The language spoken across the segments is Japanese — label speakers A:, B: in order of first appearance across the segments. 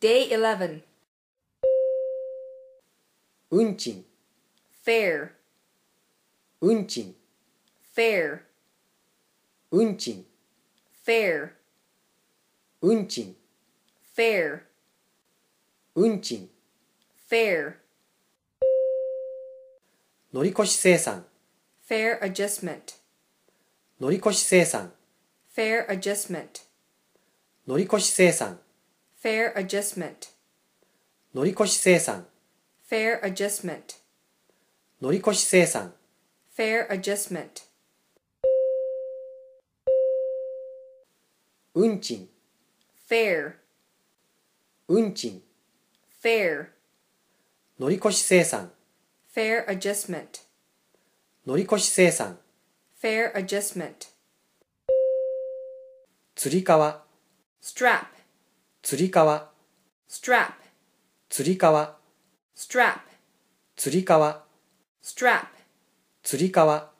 A: Day 11.
B: 運賃
A: Fair.
B: 運賃
A: Fair.
B: 運賃
A: Fair.
B: 運賃
A: Fair.
B: 運賃
A: Fair.
B: 乗り越し生産
A: Fair adjustment.
B: 乗り越し生産
A: Fair adjustment.
B: 乗り越し生産
A: Fair adjustment.
B: 乗り越し生産
A: Fair adjustment.
B: 乗り越し生産
A: Fair adjustment.
B: 運賃
A: Fair.
B: 運賃
A: Fair.
B: 乗り越し生産
A: Fair adjustment.
B: 乗り越し生産
A: Fair adjustment.
B: 釣り革
A: Strap.
B: 釣り革
A: Strap.
B: 釣り革
A: Strap.
B: 釣り革
A: Strap.
B: 釣り革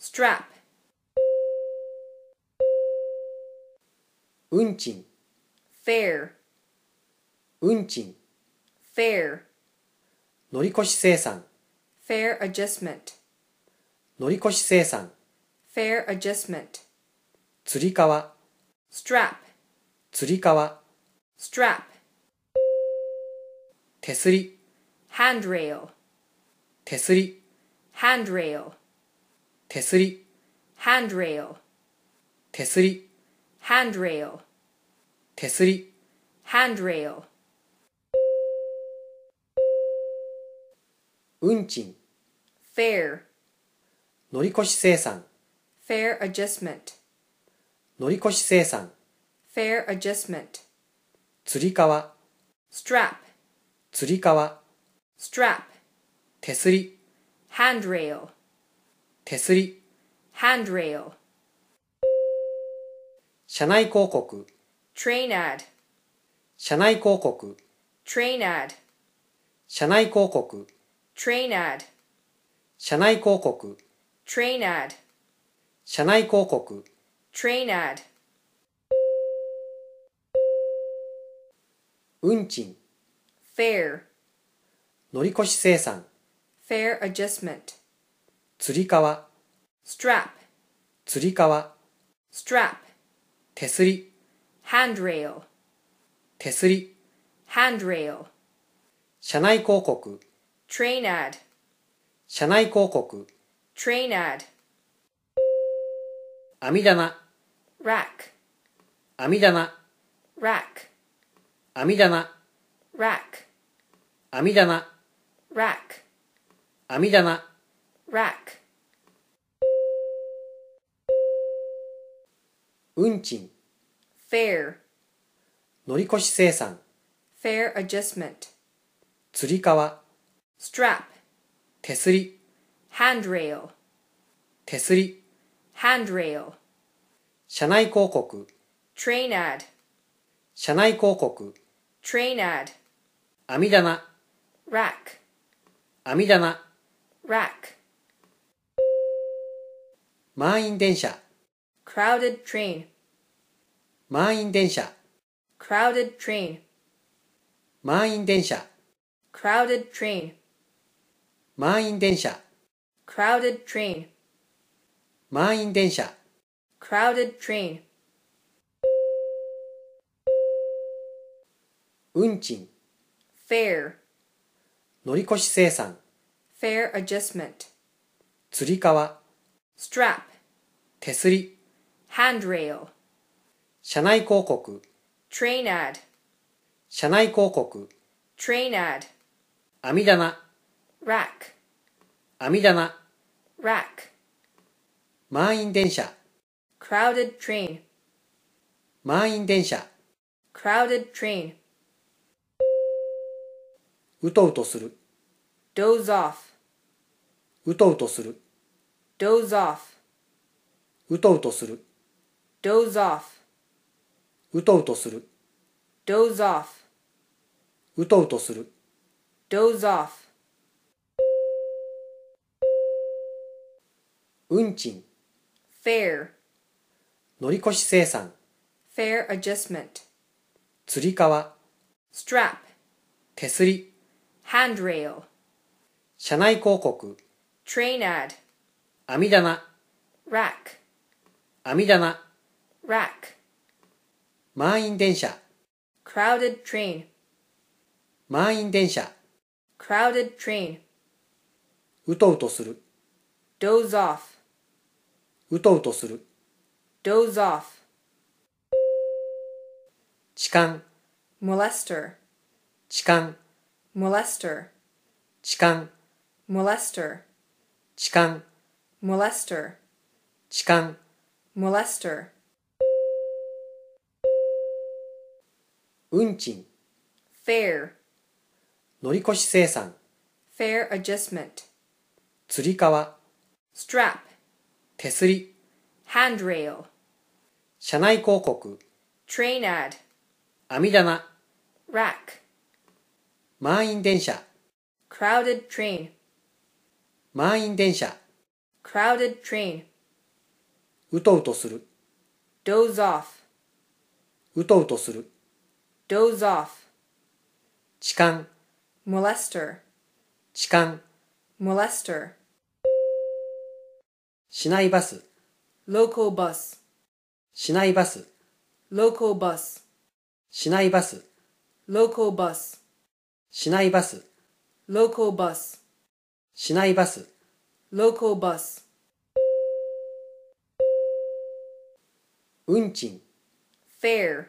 A: Strap.
B: 運賃
A: Fair.
B: 運賃
A: Fair.
B: 乗り越し生産
A: Fair adjustment.
B: 乗り越し生産
A: Fair adjustment.
B: 釣り革
A: Strap.
B: 釣り革
A: Strap.
B: 手すり
A: Handrail.
B: 手すり
A: Handrail.
B: 手すり
A: Handrail.
B: 手すり
A: Handrail.
B: 手すり
A: Handrail.
B: 運賃
A: Fair.
B: 乗り越し生産
A: Fair adjustment.
B: 乗り越し生産
A: Fair adjustment.
B: 釣り革
A: Strap.
B: 釣り革
A: Strap.
B: 手すり
A: Handrail.
B: 手すり
A: Handrail.
B: 車内広告
A: Train ad.
B: 車内広告
A: Train ad.
B: 車内広告
A: Train ad.
B: 車内広告
A: Train ad.
B: 車内広告
A: Train ad.
B: 運賃
A: Fair.
B: 乗り越し生産
A: Fair adjustment.
B: 釣り革
A: Strap.
B: 釣り革
A: Strap.
B: 手すり
A: Handrail.
B: 手すり
A: Handrail.
B: 車内広告
A: Train ad.
B: 車内広告
A: Train ad.
B: 網棚
A: Rack.
B: 網棚
A: Rack.
B: 網棚
A: Rack.
B: 網棚
A: Rack.
B: 網棚
A: Rack.
B: 運賃
A: Fair.
B: 乗り越し生産
A: Fair adjustment.
B: 釣り革
A: Strap.
B: 手すり
A: Handrail.
B: 手すり
A: Handrail.
B: 車内広告
A: Train ad.
B: 車内広告
A: Train ad.
B: 網棚
A: Rack.
B: 網棚
A: Rack.
B: 満員電車
A: Crowded train.
B: 満員電車
A: Crowded train.
B: 満員電車
A: Crowded train.
B: 満員電車
A: Crowded train.
B: 満員電車
A: Crowded train.
B: 運賃
A: Fair.
B: 乗り越し生産
A: Fair adjustment.
B: 釣り革
A: Strap.
B: 手すり
A: Handrail.
B: 車内広告
A: Train ad.
B: 車内広告
A: Train ad.
B: 網棚
A: Rack.
B: 網棚
A: Rack.
B: 満員電車
A: Crowded train.
B: 満員電車
A: Crowded train.
B: うとうとする
A: Doze off.
B: うとうとする
A: Doze off.
B: うとうとする
A: Doze off.
B: うとうとする
A: Doze off.
B: うとうとする
A: Doze off.
B: 運賃
A: Fair.
B: 乗り越し生産
A: Fair adjustment.
B: 釣り革
A: strap,
B: 手すり、
A: handrail,
B: 車内広告、
A: train ad,
B: 網棚、
A: rack,
B: 網棚、
A: rack,
B: 満員電車、
A: crowded train,
B: 満員電車、
A: crowded train,
B: うとうとする、
A: doze off,
B: うとうとする、
A: doze off,
B: 痴漢、
A: molester,
B: 痴漢、
A: molester,
B: 痴漢、
A: molester,
B: 痴漢、
A: molester,
B: 痴漢、
A: molester,
B: 運賃、
A: fare,
B: 乗り越し生産、
A: fare adjustment,
B: つり革、
A: strap,
B: 手すり、
A: handrail,
B: 車内広告、
A: train ad,
B: 網棚、
A: rack,
B: 満員電車、
A: crowded train,
B: 満員電車、
A: crowded train,
B: うとうとする、
A: doze off,
B: うとうとする、
A: doze off,
B: 痴漢、
A: molester,
B: 痴漢、
A: molester,
B: 市内バス、
A: local bus,
B: 市内バス、
A: local bus,
B: 市内バス、
A: local bus,
B: 市内バス、
A: local bus,
B: 市内バス、
A: local bus,
B: 運賃、
A: fare,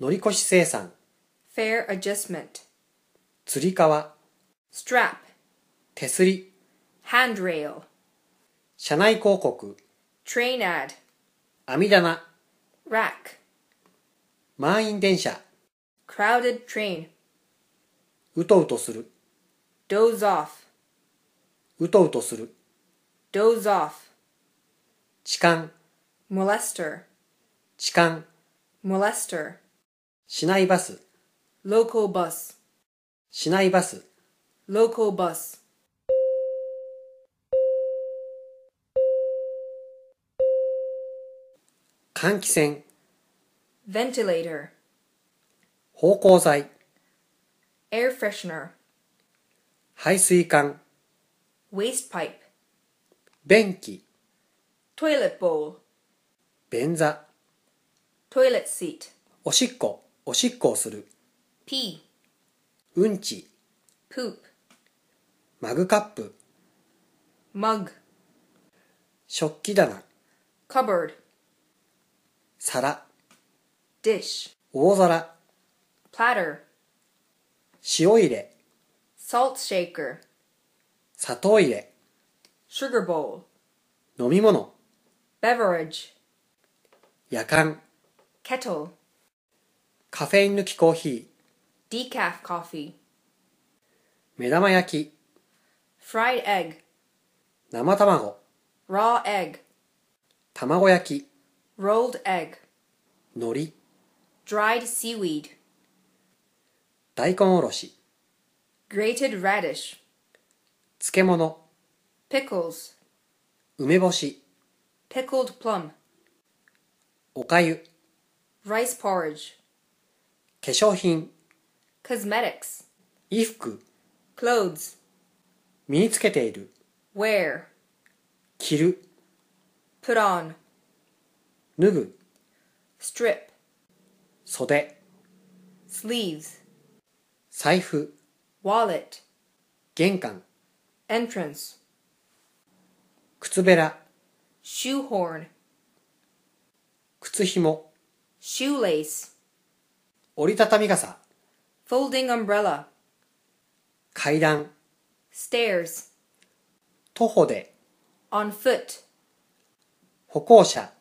B: 乗り越し生産、
A: fare adjustment,
B: つり革、
A: strap,
B: 手すり、
A: handrail,
B: 車内広告、
A: train ad,
B: 網棚、
A: rack,
B: 満員電車、
A: crowded train,
B: うとうとする、
A: doze off,
B: うとうとする、
A: doze off,
B: 痴漢、
A: molester,
B: 痴漢、
A: molester,
B: 市内バス、
A: local bus,
B: 市内バス、
A: local bus,
B: 換気扇、
A: ventilator,
B: 芳香剤、
A: air freshener,
B: 排水管、
A: waste pipe,
B: 便器、
A: toilet bowl,
B: 便座、
A: toilet seat,
B: おしっこ、おしっこをする、
A: pee,
B: うんち、
A: poop,
B: マグカップ、
A: mug,
B: 食器棚、
A: cupboard,
B: 皿、
A: dish,
B: 大皿、
A: platter,
B: 塩入れ、
A: salt shaker,
B: 砂糖入れ、
A: sugar bowl,
B: 飲み物、
A: beverage,
B: 夜間、
A: kettle,
B: カフェイン抜きコーヒー、
A: decaf coffee,
B: 目玉焼き、
A: fried egg,
B: 生卵、
A: raw egg,
B: 卵焼き、
A: rolled egg,
B: 海苔、
A: dried seaweed,
B: 大根おろし、
A: grated radish,
B: 漬物、
A: pickles,
B: 梅干し、
A: pickled plum,
B: おかゆ、
A: rice porridge,
B: 化粧品、
A: cosmetics,
B: 衣服、
A: clothes,
B: 身につけている、
A: wear,
B: 着る、
A: put on,
B: 脱ぐ、
A: strip,
B: 袖、
A: sleeves,
B: 財布、
A: wallet,
B: 玄関、
A: entrance,
B: 靴べら、
A: shoehorn,
B: 靴ひも、
A: shoelace,
B: 折りたたみ傘、
A: folding umbrella,
B: 階段、
A: stairs,
B: 徒歩で、
A: on foot,
B: 歩行者、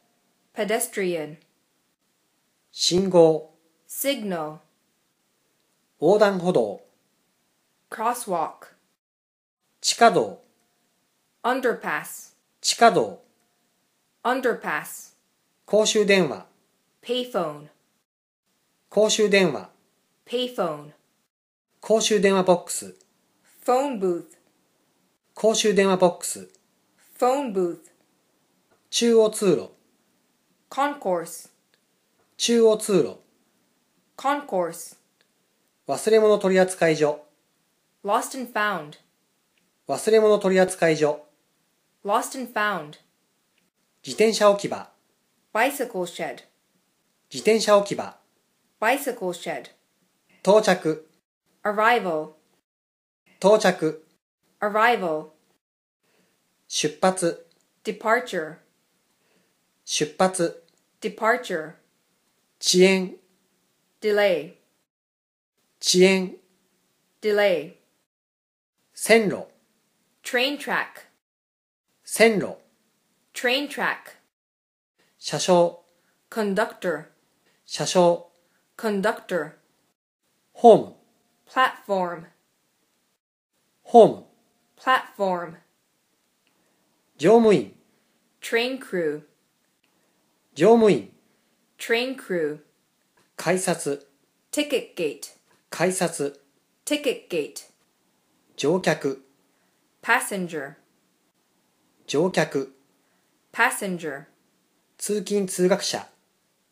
A: pedestrian,
B: 信号、
A: signal,
B: 横断歩道、
A: crosswalk,
B: 地下道、
A: underpass,
B: 地下道、
A: underpass,
B: 公衆電話、
A: payphone,
B: 公衆電話、
A: payphone,
B: 公衆電話ボックス、
A: phone booth,
B: 公衆電話ボックス、
A: phone booth,
B: 中央通路、
A: concourse,
B: 中央通路、
A: concourse,
B: 忘れ物取扱所
A: lost and found,
B: 忘れ物取扱所
A: lost and found,
B: 自転車置き場
A: bicycle shed,
B: 自転車置き場
A: bicycle shed,
B: 到着
A: arrival,
B: 到着
A: arrival,
B: 出発
A: departure,
B: 出発
A: departure,
B: 遅延
A: delay,
B: 遅延
A: delay,
B: 線路
A: train track,
B: 線路
A: train track,
B: 車掌
A: conductor,
B: 車掌
A: conductor,
B: ホーム
A: platform,
B: ホーム
A: platform,
B: 乗務員
A: train crew,
B: 乗務員
A: train crew,
B: 改札
A: ticket gate,
B: 改札
A: ticket gate,
B: 乗客
A: passenger,
B: 乗客
A: passenger,
B: 通勤通学者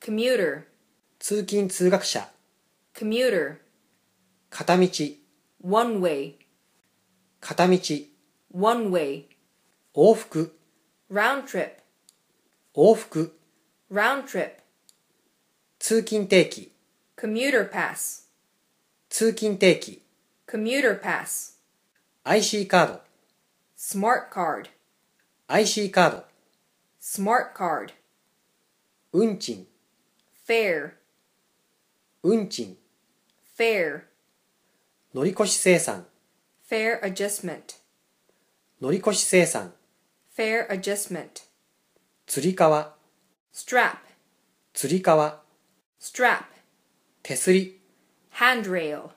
A: commuter,
B: 通勤通学者
A: commuter,
B: 片道
A: one way,
B: 片道
A: one way,
B: 往復
A: round trip,
B: 往復
A: round trip,
B: 通勤定期
A: commuter pass,
B: 通勤定期
A: commuter pass,
B: IC カード
A: smart card,
B: IC カード
A: smart card,
B: 運賃
A: fare,
B: 運賃
A: fare,
B: 乗り越し生産
A: fare adjustment,
B: 乗り越し生産
A: fare adjustment,
B: つり革
A: strap,
B: つり革
A: strap,
B: 手すり
A: handrail,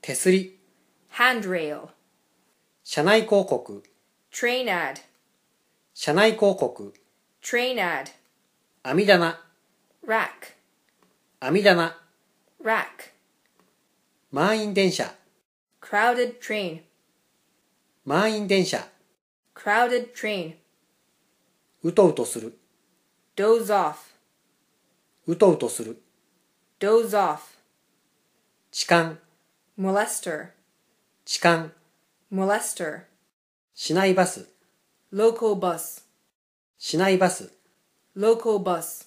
B: 手すり
A: handrail,
B: 車内広告
A: train ad,
B: 車内広告
A: train ad,
B: 網棚
A: rack,
B: 網棚
A: rack,
B: 満員電車
A: crowded train,
B: 満員電車
A: crowded train,
B: うとうとする
A: doze off,
B: うとうとする
A: doze off,
B: 痴漢
A: molester,
B: 痴漢
A: molester,
B: 市内バス
A: local bus,
B: 市内バス
A: local bus,